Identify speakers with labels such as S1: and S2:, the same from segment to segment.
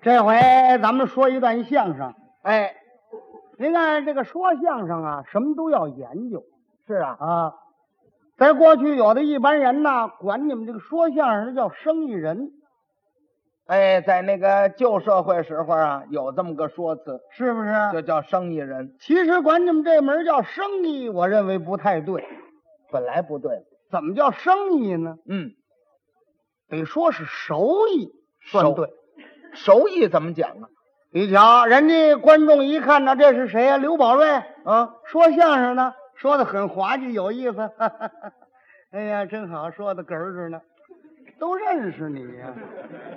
S1: 这回咱们说一段相声。哎，您看这个说相声啊，什么都要研究
S2: 是啊，
S1: 啊。在过去，有的一般人呢，管你们这个说相声的叫生意人，
S2: 哎，在那个旧社会时候啊，有这么个说辞，
S1: 是不？
S2: 就是叫生意人。
S1: 其实管你们这门叫生意，我认为不太对。
S2: 本来不对，
S1: 怎么叫生意呢？
S2: 嗯，
S1: 得说是手艺算
S2: 手
S1: 对。
S2: 手艺怎么讲啊？
S1: 你瞧，人家观众一看到这是谁呀、刘宝瑞，
S2: 啊，
S1: 说相声呢，说的很滑稽有意思。 哎呀，真好，说的哏儿着呢，都认识你呀、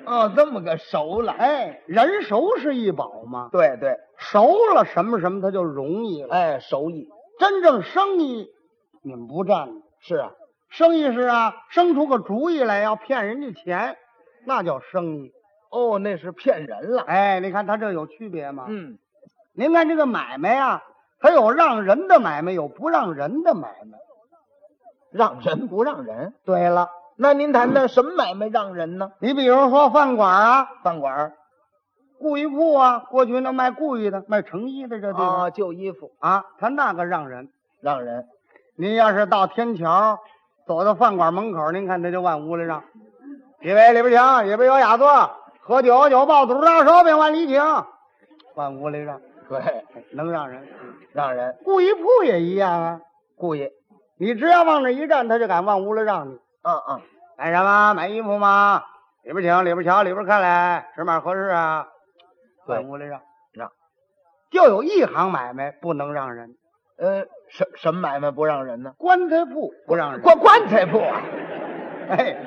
S2: 哦，这么个熟了。
S1: 哎，人熟是一宝嘛，
S2: 对对，
S1: 熟了什么什么，他就容易了。
S2: 哎，手艺
S1: 真正生意，你们不占了
S2: 是啊，
S1: 生意是啊，生出个主意来要骗人家钱，那叫生意。
S2: 哦，那是骗人了。
S1: 哎，你看他这有区别吗？
S2: 嗯，
S1: 您看这个买卖啊，它有让人的买卖，有不让人的买卖。
S2: 让人不让人？
S1: 对了，
S2: 那您谈谈什么买卖让人呢？
S1: 你比如说饭馆啊，
S2: 饭馆儿
S1: 故衣铺啊，过去那卖故衣的、卖成衣的这地方、
S2: 啊，旧衣服
S1: 啊，他那个让人。
S2: 让人。
S1: 您要是到天桥，走到饭馆门口，您看他就往屋里让，几位里边请，里边有雅座，喝酒有爆肚大烧饼，往里请，往屋里让，
S2: 对，
S1: 能让人。
S2: 让人
S1: 故衣铺也一样啊，
S2: 故意。
S1: 你只要往那一站，他就敢往屋里让你。
S2: 啊啊，
S1: 买什么？买衣服吗？里边请，里边瞧，里边看来，尺码合适啊。
S2: 对
S1: 往屋里让
S2: 哎让，
S1: 就有一行买卖不能让人，
S2: 呃，什什么买卖不让人呢？
S1: 棺材铺不让人。
S2: 棺棺材铺啊。
S1: 哎，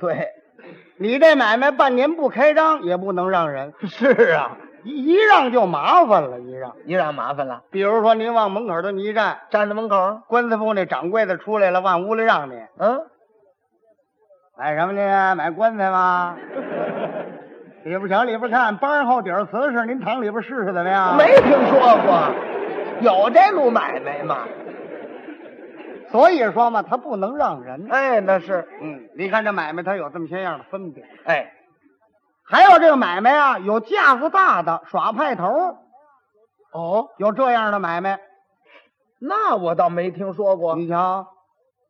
S2: 对，
S1: 你这买卖半年不开张也不能让人，
S2: 是啊，
S1: 一一让就麻烦了，一让。
S2: 你让麻烦了，
S1: 比如说您往门口这么一站，
S2: 站在门口，
S1: 棺材铺那掌柜的出来了，往屋里让你
S2: 嗯，
S1: 买什么去？啊买棺材吗？ 里边瞧，里边看，帮上后底儿瓷实，您躺里边试试怎么样？
S2: 没听说过，有这路买卖吗？
S1: 所以说嘛，他不能让人。
S2: 哎，那是，
S1: 嗯，你看这买卖，它有这么些样的分别。
S2: 哎，
S1: 还有这个买卖啊，有架子大的耍派头，
S2: 哦，
S1: 有这样的买卖。
S2: 那我倒没听说过，
S1: 你瞧，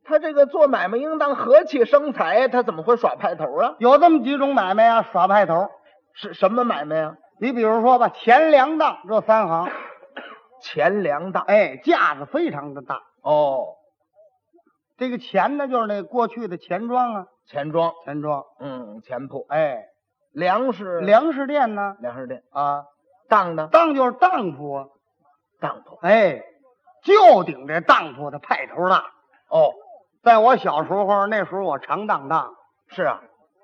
S2: 他这个做买卖应当和气生财，他怎么会耍派头啊？
S1: 有这么几种买卖啊，耍派头。
S2: 是什么买卖啊呀、
S1: 你比如说吧，钱粮当这三行，
S2: 钱粮当，
S1: 哎，架子非常的大。
S2: 哦，
S1: 这个钱呢，就是那过去的钱庄啊，
S2: 钱庄，
S1: 钱庄。
S2: 嗯，钱铺，
S1: 哎，
S2: 粮食，
S1: 粮食店呢，
S2: 粮食店，
S1: 啊，
S2: 当呢？
S1: 当就是当铺啊，
S2: 当铺，
S1: 哎，就顶这当铺的派头大。
S2: 哦，
S1: 在我小时候，那时候我常当当。
S2: 是啊，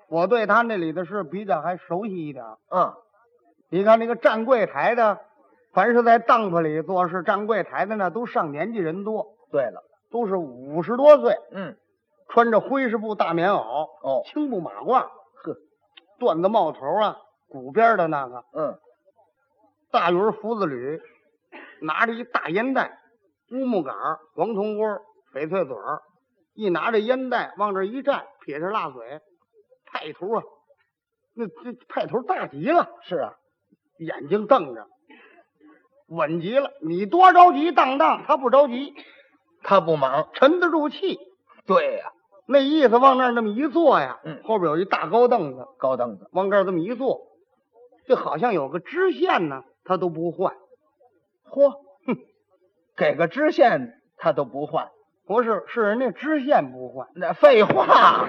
S1: 我对他那里的事比较还熟悉一点儿。
S2: 嗯，
S1: 你看那个站柜台的，凡是在当铺里做事站柜台的呢，都上年纪人多，
S2: 对了，
S1: 都是五十多岁，
S2: 嗯，
S1: 穿着灰式布大棉袄，
S2: 哦，
S1: 青布马褂，
S2: 呵，
S1: 缎子帽头啊，鼓边的那个
S2: 嗯，
S1: 大云福子履，拿着一大烟袋，乌木杆儿黄铜锅儿，翡翠嘴儿，一拿着烟袋往这一站，撇着辣嘴，派头啊，那这派头大极了。
S2: 是啊，
S1: 眼睛瞪着，稳极了。你多着急当当，他不着急，
S2: 他不忙，
S1: 沉得住气。
S2: 对呀、
S1: 那意思往那儿那么一坐呀，
S2: 嗯
S1: 后边有一大高凳子，
S2: 高凳子。
S1: 往这儿这么一坐，就好像有个支线呢，他都不换。
S2: 嚯，哼，给个支线他都不换，
S1: 不是，是人家支线不换。
S2: 那废话。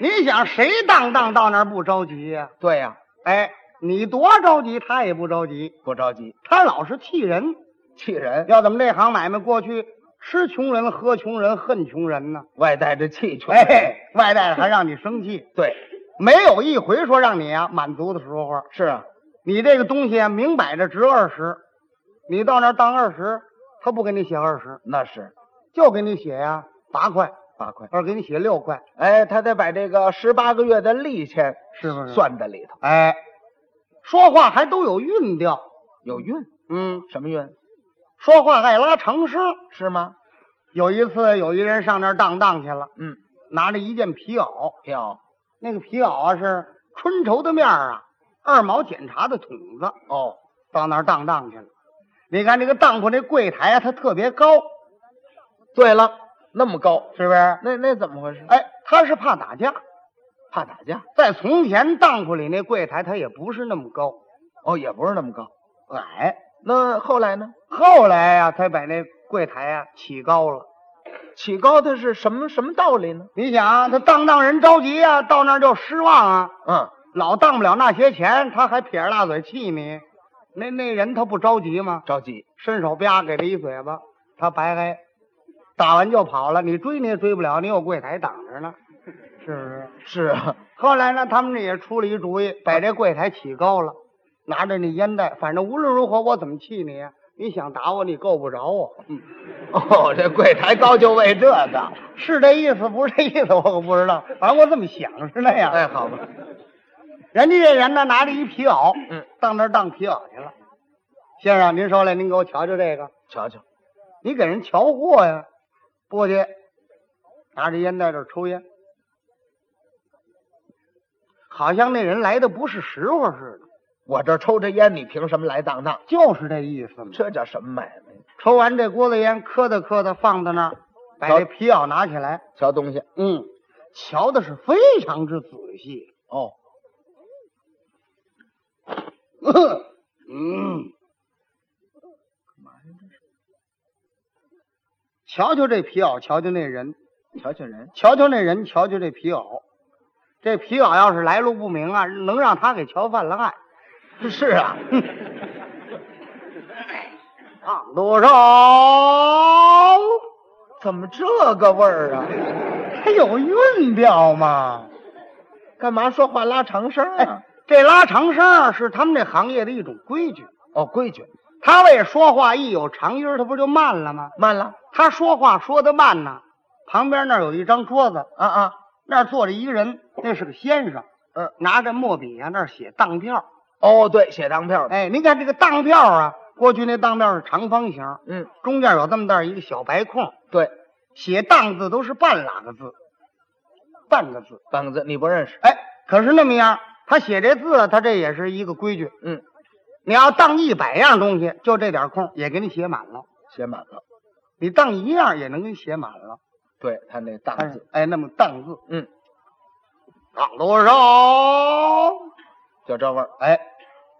S1: 你想谁当当到那儿不着急呀、
S2: 对呀、
S1: 哎，你多着急，他也不着急，
S2: 不着急，
S1: 他老是气人。
S2: 气人，
S1: 要怎么这行买卖过去，吃穷人、喝穷人、恨穷人呢？
S2: 外带着气球。
S1: 哎，外带还让你生气。
S2: 对，
S1: 没有一回说让你啊满足的时候。
S2: 是啊，
S1: 你这个东西啊，明摆着值二十，你到那儿当二十，他不给你写二十，
S2: 那是
S1: 就给你写呀、八块，
S2: 八块。
S1: 或者给你写六块，
S2: 哎，他得把这个十八个月的利钱
S1: 是不是？。
S2: 算在里头，
S1: 哎，说话还都有韵调，
S2: 有运，
S1: 嗯，
S2: 什么运？
S1: 说话爱拉长声。
S2: 是吗？
S1: 有一次，有一人上那儿当当去了，
S2: 嗯，
S1: 拿着一件皮袄，
S2: 票
S1: 那个皮袄啊是春绸的面儿啊，二毛检查的筒子，
S2: 哦，
S1: 到那儿当当去了。你看这个当铺那柜台啊，它特别高，
S2: 对了，那么高，
S1: 是不是？
S2: 那那怎么回事？
S1: 哎，他是怕打架。
S2: 怕打架？
S1: 在从前当铺里那柜台，它也不是那么高，
S2: 哦，也不是那么高。
S1: 矮。
S2: 那后来呢？
S1: 后来呀、他把那柜台啊起高了。
S2: 起高它是什么什么道理呢？
S1: 你想啊，他当当人着急啊，到那儿就失望啊，
S2: 嗯，
S1: 老当不了那些钱，他还撇着大嘴气你。那那人他不着急吗？
S2: 着急。
S1: 伸手啪给他一嘴巴，他白挨，打完就跑了。你追你也追不了，你有柜台挡着呢，是不是？
S2: 是啊，
S1: 后来呢，他们这也出了一主意，把这柜台起高了，拿着那烟袋，反正无论如何我怎么气你，啊你想打我你够不着啊我，
S2: 哦，这柜台高就为这个。
S1: 是这意思不是这意思我可不知道，反正我这么想是那样。
S2: 哎，好吧，
S1: 人家这人呢，拿着一皮袄，
S2: 嗯，
S1: 到那儿当皮袄去了。先生，您收来，您给我瞧瞧这个。
S2: 瞧瞧，
S1: 你给人瞧货呀？过去，拿着烟袋这儿抽烟，好像那人来的不是时候似的，
S2: 我这抽着烟，你凭什么来当当？
S1: 就是这意思嘛。
S2: 这叫什么买卖？
S1: 抽完这锅子烟，磕哒磕哒放在那儿，把
S2: 瞧
S1: 这皮袄拿起来，
S2: 瞧东西。
S1: 嗯，瞧的是非常之仔细。
S2: 哦，
S1: 嗯，瞧瞧这皮袄，瞧瞧那人，
S2: 瞧瞧人。
S1: 瞧瞧那人，瞧瞧这皮袄。这皮袄要是来路不明啊，能让他给瞧犯了案。
S2: 是啊，
S1: 胖多少？
S2: 怎么这个味儿啊？
S1: 还有韵调吗？
S2: 干嘛说话拉长声啊
S1: 哎？，这拉长声啊是他们这行业的一种规矩。
S2: 哦，规矩，
S1: 他为说话一有长音儿，他不就慢了吗？
S2: 慢了
S1: 他说话说得慢呢，旁边那儿有一张桌子，
S2: 啊啊！
S1: 那儿坐着一个人，那是个先生，呃
S2: 嗯，
S1: 拿着墨笔啊，那儿写当票。
S2: 哦，对，写当票的，
S1: 哎，您看这个当票啊，过去那当票是长方形，
S2: 嗯，
S1: 中间有这么大一个小白空，
S2: 对，
S1: 写当字都是半拉个字，半个字。
S2: 本子你不认识，
S1: 哎，可是那么样，他写这字啊，他这也是一个规矩。
S2: 嗯，
S1: 你要当一百样东西，就这点空也给你写满了；
S2: 写满了，
S1: 你当一样也能给你写满了。
S2: 对他那当
S1: 但
S2: 字
S1: 是，哎，那么当字，
S2: 嗯，
S1: 当多少？
S2: 就这味儿，
S1: 哎，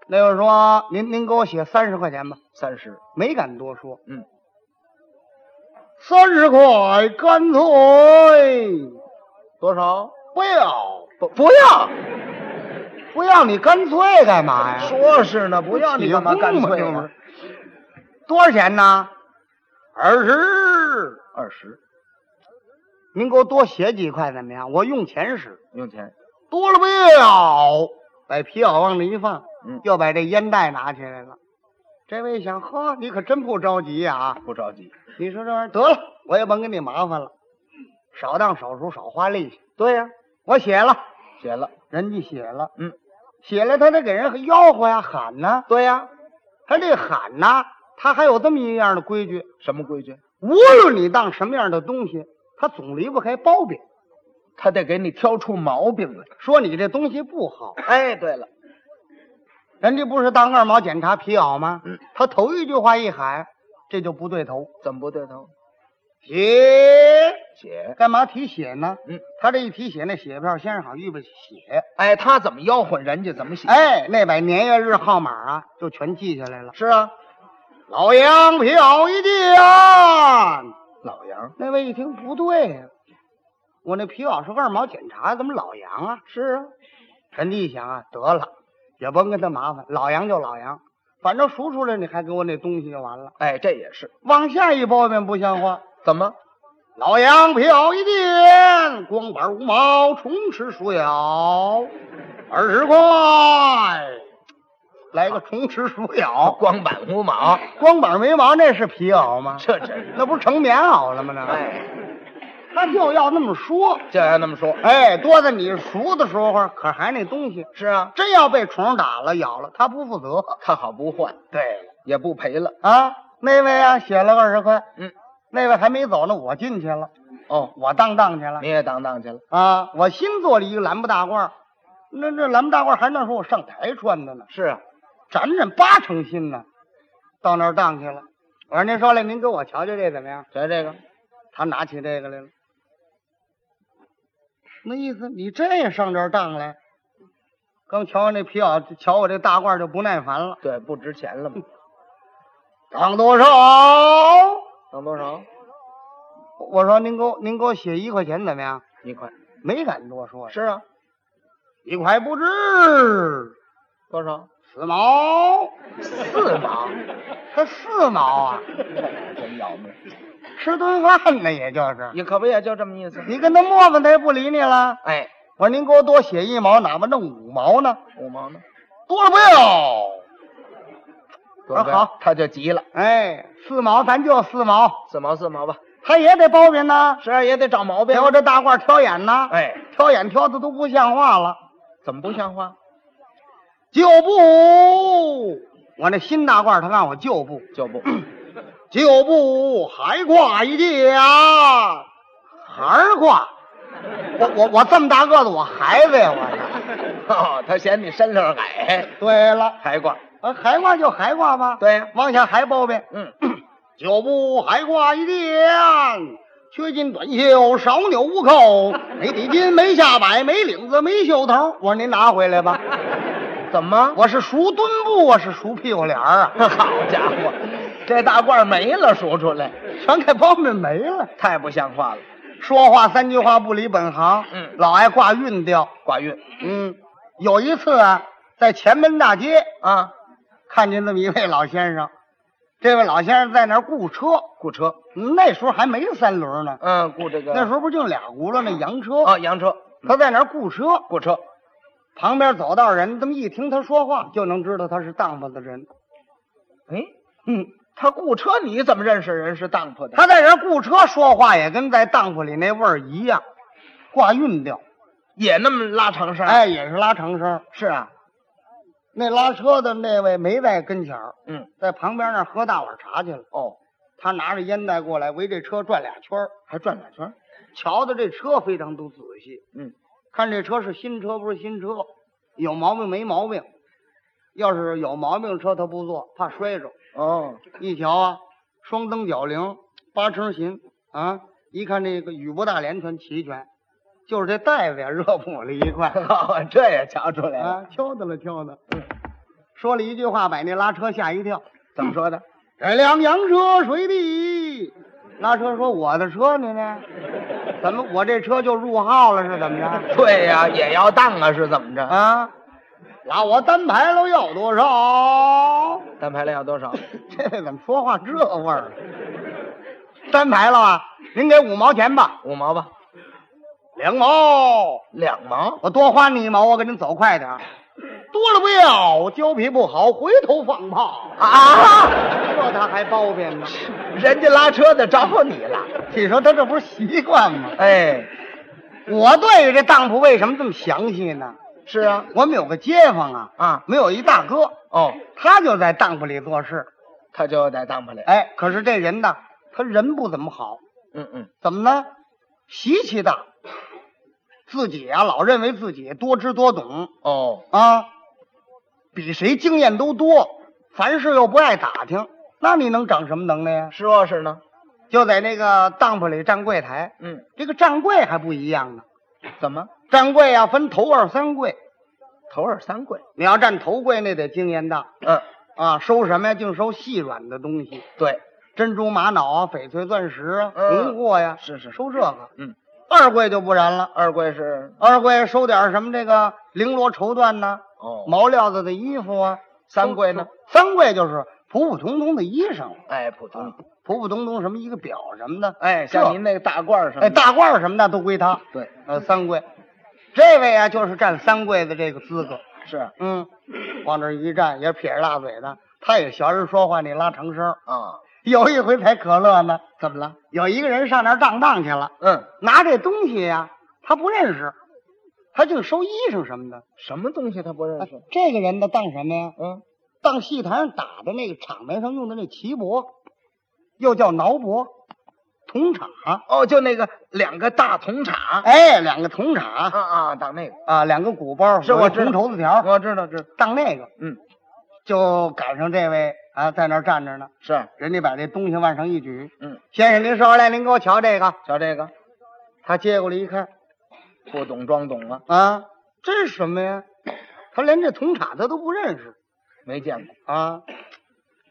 S1: 那位说您您给我写三十块钱吧，
S2: 三十，
S1: 没敢多说。
S2: 嗯，
S1: 三十块干脆
S2: 多少？
S1: 不要，
S2: 不不要，
S1: 不要你干脆干嘛哎呀？
S2: 说是呢，不要你干嘛干脆
S1: 起哄嘛
S2: 啊？
S1: 多少钱呢？二十。
S2: 二十，
S1: 您给我多写几块怎么样？我用钱使，
S2: 用钱，
S1: 多了不要。把皮袄往那一放，
S2: 嗯，
S1: 又把这烟袋拿起来了。这位一想，呵，你可真不着急呀啊！
S2: 不着急，
S1: 你说这玩意儿得了，我也甭跟你麻烦了，少当少数，少花力气。
S2: 对呀，
S1: 我写了，
S2: 写了，
S1: 人家写了，
S2: 嗯，
S1: 写了他得给人吆喝呀、喊呐。
S2: 对呀，
S1: 他这喊呐，他还有这么一样的规矩：
S2: 什么规矩？
S1: 无论你当什么样的东西，他总离不开褒贬，
S2: 他得给你挑出毛病来。
S1: 说你这东西不好。
S2: 哎，对了，
S1: 人家不是当二毛检查皮袄吗？
S2: 嗯
S1: 他头一句话一喊，这就不对头。
S2: 怎么不对头？
S1: 写
S2: 写，
S1: 干嘛提血呢？
S2: 嗯，
S1: 他这一提血，那血票先生好像预备血。
S2: 哎，他怎么吆喝，人家怎么写？，
S1: 哎，那把年月日号码啊，就全记下来了。
S2: 是啊，
S1: 老杨皮袄一件。
S2: 老杨，
S1: 那位一听不对呀、我那皮袄是二毛检查，怎么老杨啊？是啊，陈弟一想啊，得了，也甭跟他麻烦，老杨就老杨，反正赎出来你还给我那东西就完了。
S2: 哎，这也是，
S1: 往下一褒贬不像话，
S2: 怎么？
S1: 老杨皮袄一件，光板无毛，虫吃鼠咬，二十块，来个虫吃鼠咬。
S2: 光板无毛，
S1: 光板没毛，那是皮袄吗？
S2: 这真是，
S1: 那不是成棉袄了吗？那、
S2: 哎，
S1: 他就要那么说。
S2: 就要那么说，
S1: 哎，多在你熟的时候，可还那东西，
S2: 是啊，
S1: 真要被虫打了、咬了，他不负责。
S2: 看好不换，
S1: 对了
S2: 也不赔了。
S1: 啊，那位啊，写了二十块，
S2: 嗯，
S1: 那位还没走呢，我进去了，
S2: 哦，
S1: 我当当去了
S2: 你也当当去了，
S1: 啊，我新做了一个蓝布大褂，那那蓝布大褂还那时候我上台穿的呢，
S2: 是啊，
S1: 整整八成新呢，到那儿当去了。我说您说来，您给我瞧瞧这怎么样？
S2: 瞧这个，
S1: 他拿起这个来了，那意思你这也上这儿当来？刚瞧完这皮袄，瞧我这大褂就不耐烦了。
S2: 对，不值钱了嘛，
S1: 当多少？
S2: 当多少？
S1: 我说您给我您给我写一块钱怎么样？
S2: 一块。
S1: 没敢多说，
S2: 是啊，
S1: 一块不值，
S2: 多少？
S1: 四毛，
S2: 四毛，
S1: 他四毛啊，
S2: 真要命！
S1: 吃顿饭呢，也就是
S2: 你可不也就这么意思？
S1: 你跟他磨磨，他也不理你了。
S2: 哎，
S1: 我说您给我多写一毛，哪怕弄五毛呢，
S2: 五毛呢？
S1: 多了不要。
S2: 多少
S1: 好，
S2: 他就急了，
S1: 哎，四毛咱就四毛，
S2: 四毛四毛吧，
S1: 他也得包贬呢。
S2: 是啊，也得找毛病
S1: 给。我这大褂挑眼呢，
S2: 哎，
S1: 挑眼挑的都不像话了，
S2: 怎么不像话？
S1: 就不。我那新大褂他让我旧布，
S2: 就 不，
S1: 旧布还挂一架，还挂。我我我这么大个子，我孩子呀，我是。
S2: 哦，他嫌你身上矮，
S1: 对了，
S2: 还挂。
S1: 啊，还挂就还挂吧。，
S2: 对呀，
S1: 往下还包呗。
S2: 嗯，
S1: 九步还挂一垫，缺斤短袖，少纽无 扣，没底襟，没下摆，没领子，没袖头。我说您拿回来 吧，
S2: 怎么？
S1: 我是熟墩布，我是熟屁股脸儿啊，
S2: 好家伙，这大褂没了，数出来，
S1: 全给包面没了。
S2: 太不像话了。
S1: 说话三句话不离本行，
S2: 嗯
S1: 老爱挂韵调。
S2: 挂运
S1: 嗯，有一次啊，在前门大街
S2: 啊，
S1: 看见这么一位老先生，这位老先生在那儿雇车，
S2: 雇车，
S1: 那时候还没三轮呢，
S2: 嗯，雇这个
S1: 那时候不就俩轱辘那洋车
S2: 啊，洋车，
S1: 他在那儿雇车，
S2: 雇车，
S1: 旁边走道人这么一听他说话，就能知道他是当铺的人。
S2: 哎，嗯，他雇车，你怎么认识人是当铺的？
S1: 他在这儿雇车说话，也跟在当铺里那味儿一样，挂韵调，
S2: 也那么拉长声？，
S1: 哎，也是拉长声。
S2: 是啊，
S1: 那拉车的那位没在跟前儿，
S2: 嗯，
S1: 在旁边那儿喝大碗茶去了。
S2: 哦，
S1: 他拿着烟袋过来，围这车转俩圈儿，
S2: 还转两圈，
S1: 瞧的这车非常都仔细，
S2: 嗯，
S1: 看这车是新车不是新车，有毛病没毛病。要是有毛病车他不坐，怕摔着。
S2: 哦，
S1: 一瞧啊，双蹬脚铃，八成新啊！一看这个雨不大连全齐全，就是这袋子呀热不我了一块
S2: 这也瞧出来了。
S1: 啊，挑的了挑的。说了一句话，把那拉车吓一跳。
S2: 怎么说的？
S1: 这辆洋车谁的？拉车说我的车呢呢？怎么我这车就入号了是怎么着？
S2: 对呀、也要当啊，是怎么着？啊，
S1: 啊，拉我单排了要多少？
S2: 单排了要 多少？
S1: 这怎么说话这味儿啊？单排了吧？您给五毛钱吧，
S2: 五毛吧，
S1: 两毛，
S2: 两毛，
S1: 我多花你一毛，我给您走快点儿。多了不要，胶皮不好，回头放炮
S2: 啊！
S1: 这他还包贬呢？
S2: 人家拉车的找你了，
S1: 你说他这不是习惯吗？
S2: 哎，
S1: 我对于这当铺为什么这么详细呢？
S2: 是啊，
S1: 我们有个街坊啊，
S2: 啊，
S1: 没有一大哥，
S2: 哦，
S1: 他就在当铺里做事。
S2: 他就在当铺里，
S1: 哎，可是这人呢，他人不怎么好，
S2: 嗯嗯，
S1: 怎么呢？习气大，自己啊老认为自己多知多懂
S2: 哦，
S1: 啊，比谁经验都多，凡事又不爱打听，那你能长什么能耐呀？
S2: 说是呢，
S1: 就在那个当铺里站柜台，
S2: 嗯，
S1: 这个站柜还不一样呢。
S2: 怎么
S1: 站柜啊分头二三柜，
S2: 头二三贵？
S1: 你要站头柜那得经验大
S2: 嗯，
S1: 啊，收什么呀？净收细软的东西，
S2: 对，
S1: 珍珠玛瑙啊、翡翠钻石啊、
S2: 嗯
S1: 荣货呀，
S2: 是是，
S1: 收这个。
S2: 嗯，
S1: 二柜就不然了。
S2: 二贵是
S1: 二柜收点什么这个绫罗绸缎呐、
S2: 哦
S1: 毛料子的衣服啊。
S2: 三柜呢？
S1: 三柜就是普普通通的衣裳，
S2: 哎，普通，
S1: 普普通通什么一个表什么的，
S2: 哎，
S1: 这
S2: 像您那个大褂儿什么的，
S1: 哎大褂什么的都归他。
S2: 对，
S1: 呃，三柜，这位啊就是占三柜的这个资格。
S2: 是啊，
S1: 嗯，往这儿一站也撇着大嘴的，他也学人说话，你拉长声。
S2: 啊
S1: 有一回才可乐呢，
S2: 怎么了？
S1: 有一个人上那儿上当去了，
S2: 嗯，
S1: 拿这东西呀、他不认识，他净收衣裳什么的。
S2: 什么东西他不认识？
S1: 这个人呢，当什么呀？
S2: 嗯，
S1: 当戏台上打的那个场面上用的那旗帛，又叫挠帛。铜厂，
S2: 哦，就那个两个大铜厂
S1: 哎，两个铜厂
S2: 啊啊，当那个，
S1: 啊，两个鼓包，
S2: 是
S1: 有
S2: 我
S1: 个
S2: 知
S1: 红
S2: 道
S1: 绸子条，
S2: 我知道，知道
S1: 当那个，
S2: 嗯，
S1: 就赶上这位啊，在那儿站着呢，
S2: 是，啊
S1: 人家把这东西往上一举，
S2: 嗯，
S1: 先生您稍来，您给我瞧这个，
S2: 瞧这个
S1: 他接过来一看，
S2: 不懂装懂了，
S1: 啊，这是什么呀？他连这铜厂他都不认识
S2: 没见过，
S1: 啊，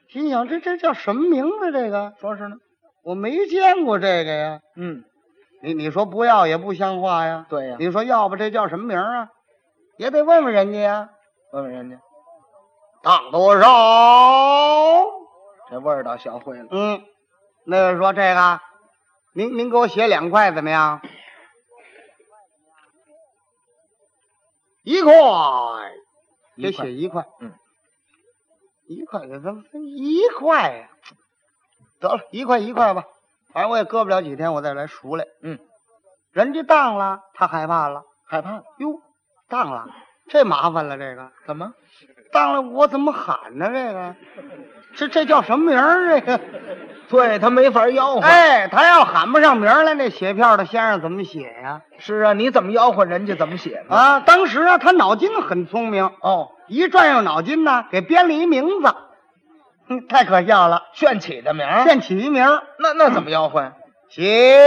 S1: 心想这这叫什么名字？这个
S2: 说是呢，
S1: 我没见过这个呀。
S2: 嗯，
S1: 你你说不要也不像话呀。
S2: 对呀，
S1: 你说要不这叫什么名儿啊？也得问问人家呀。
S2: 问问人家，
S1: 当多少？
S2: 这味儿倒学会了，
S1: 嗯，那个说这个，您您给我写两块怎么样？一块，得
S2: 一块
S1: 写一块。
S2: 嗯，
S1: 一块怎么一块呀、得了，一块一块吧，反正我也搁不了几天，我再来赎来。
S2: 嗯，
S1: 人家当了，他害怕了。
S2: 害怕了，
S1: 哟，当了，这麻烦了，这个
S2: 怎么？
S1: 当了我怎么喊呢？这个，这这叫什么名儿？这个，
S2: 对他没法吆喝，，
S1: 哎，他要喊不上名儿来，那写票的先生怎么写呀、
S2: 是啊，你怎么吆喝人家怎么写呢？，
S1: 啊，当时啊，他脑筋很聪明，
S2: 哦，
S1: 一转悠脑筋呢，给编了一名字，哼，太可笑了，
S2: 炫起的名儿，
S1: 现起一名儿，
S2: 那那怎么吆喝呀？
S1: 写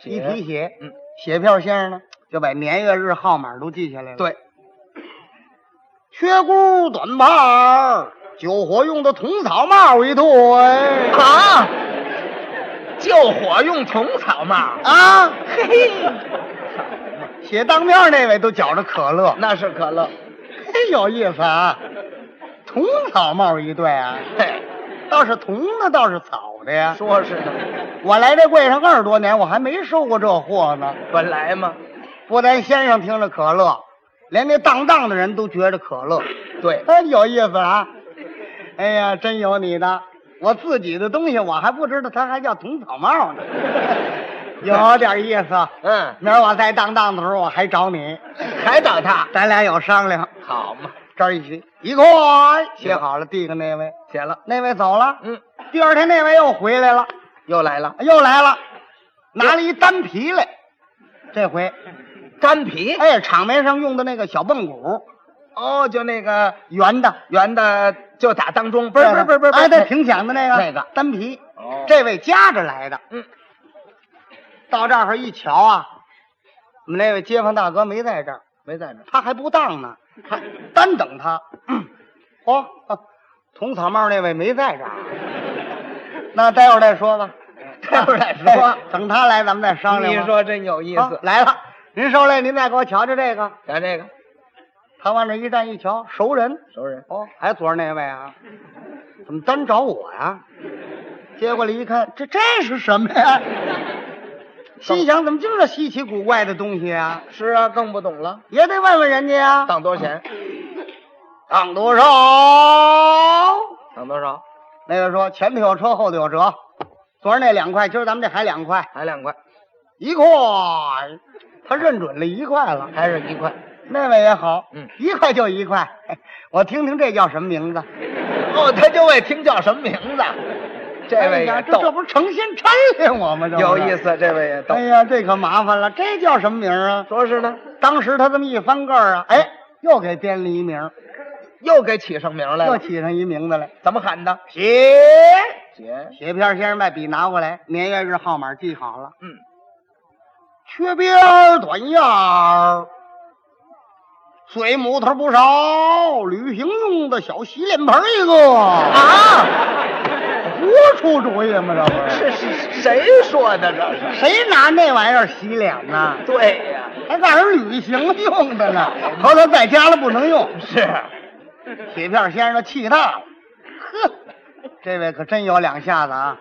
S2: 写
S1: 一提写，
S2: 嗯，
S1: 写票先生呢就把年月日号码都记下来了。
S2: 对，
S1: 缺箍短褂儿，救火用的铜草帽一对。
S2: 啊，救火用虫草帽，
S1: 啊，嘿，写当面那位都觉着可乐，
S2: 那是可乐，
S1: 嘿，有意思啊！铜草帽一对啊，
S2: 嘿，
S1: 倒是铜的，倒是草的呀。
S2: 说是呢，
S1: 我来这柜上二十多年，我还没收过这货呢。
S2: 本来嘛，
S1: 不但先生听着可乐，连那当当的人都觉着可乐，
S2: 对，
S1: 哎，有意思啊！哎呀，真有你的！我自己的东西我还不知道，它还叫铜草帽呢， 有点意思。啊
S2: 嗯，
S1: 明儿我再当当的时候，我还找你，
S2: 还找他，
S1: 咱俩有商量。
S2: 好嘛，
S1: 这儿一起一块写好了，递给那位，
S2: 写了，
S1: 那位走了。
S2: 嗯，
S1: 第二天那位又回来了，
S2: 又来了，
S1: 又来了，拿了一单皮来。这回，
S2: 干皮，
S1: 哎，场面上用的那个小蹦鼓，
S2: 哦，就那个
S1: 圆的，
S2: 圆的，就打当中，
S1: 不
S2: 不是不是不是不是，
S1: 哎，对，挺响的那个
S2: 那个
S1: 单皮。
S2: 哦
S1: 这位夹着来的。
S2: 嗯，
S1: 到这儿一瞧啊，我们那位街坊大哥没在这儿，
S2: 没在那，
S1: 他还不当呢，还单等他。 哦，啊铜草帽那位没在这儿，那待会儿再说吧，
S2: 待会儿再说
S1: 哎等他来咱们再商量吧。
S2: 你说真有意
S1: 啊
S2: 思，
S1: 来了，您受累，您再给我瞧瞧这个。
S2: 瞧这个
S1: 他往这一站一瞧，熟人
S2: 熟人，
S1: 哦，还昨儿那位啊？怎么单找我呀？接过来一看，这这是什么 呀？心想怎么就是稀奇古怪的东西啊？
S2: 是啊，更不懂了，
S1: 也得问问人家呀、
S2: 当多少钱？
S1: 当多少？
S2: 当多少？
S1: 那个说前头有车，后头有辙。昨儿那两块，今儿咱们这还两块，
S2: 还两块，
S1: 一块。他认准了一块了。
S2: 还是一块，
S1: 那位也好，
S2: 嗯，
S1: 一块就一块。 我听听这叫什么名字？
S2: 哦，他就为听叫什么名字，这位
S1: 哎呀
S2: 也
S1: 这
S2: 逗
S1: 这，不是成心抻练我吗？这不是
S2: 有意。思，这位也逗
S1: 哎，呀，这可麻烦了，这叫什么名儿啊？
S2: 说是呢，
S1: 当时他这么一翻盖儿啊，哎，又给编了一名儿，
S2: 又给起上名来
S1: 又
S2: 了，
S1: 起上一名字来。
S2: 怎么喊的？
S1: 写
S2: 姐，
S1: 写片先生把笔拿过来，年月日号码记好了。
S2: 嗯，
S1: 缺边儿短样儿，碎木头不少，旅行用的小洗脸盆儿一个。
S2: 啊，
S1: 胡出主意吗？这不
S2: 是是谁说的这是？
S1: 谁拿那玩意儿洗脸呢？
S2: 对呀，
S1: 还在这旅行用的 呢，后头在家了不能用。
S2: 是，
S1: 铁片先生气大了，呵，这位可真有两下子啊！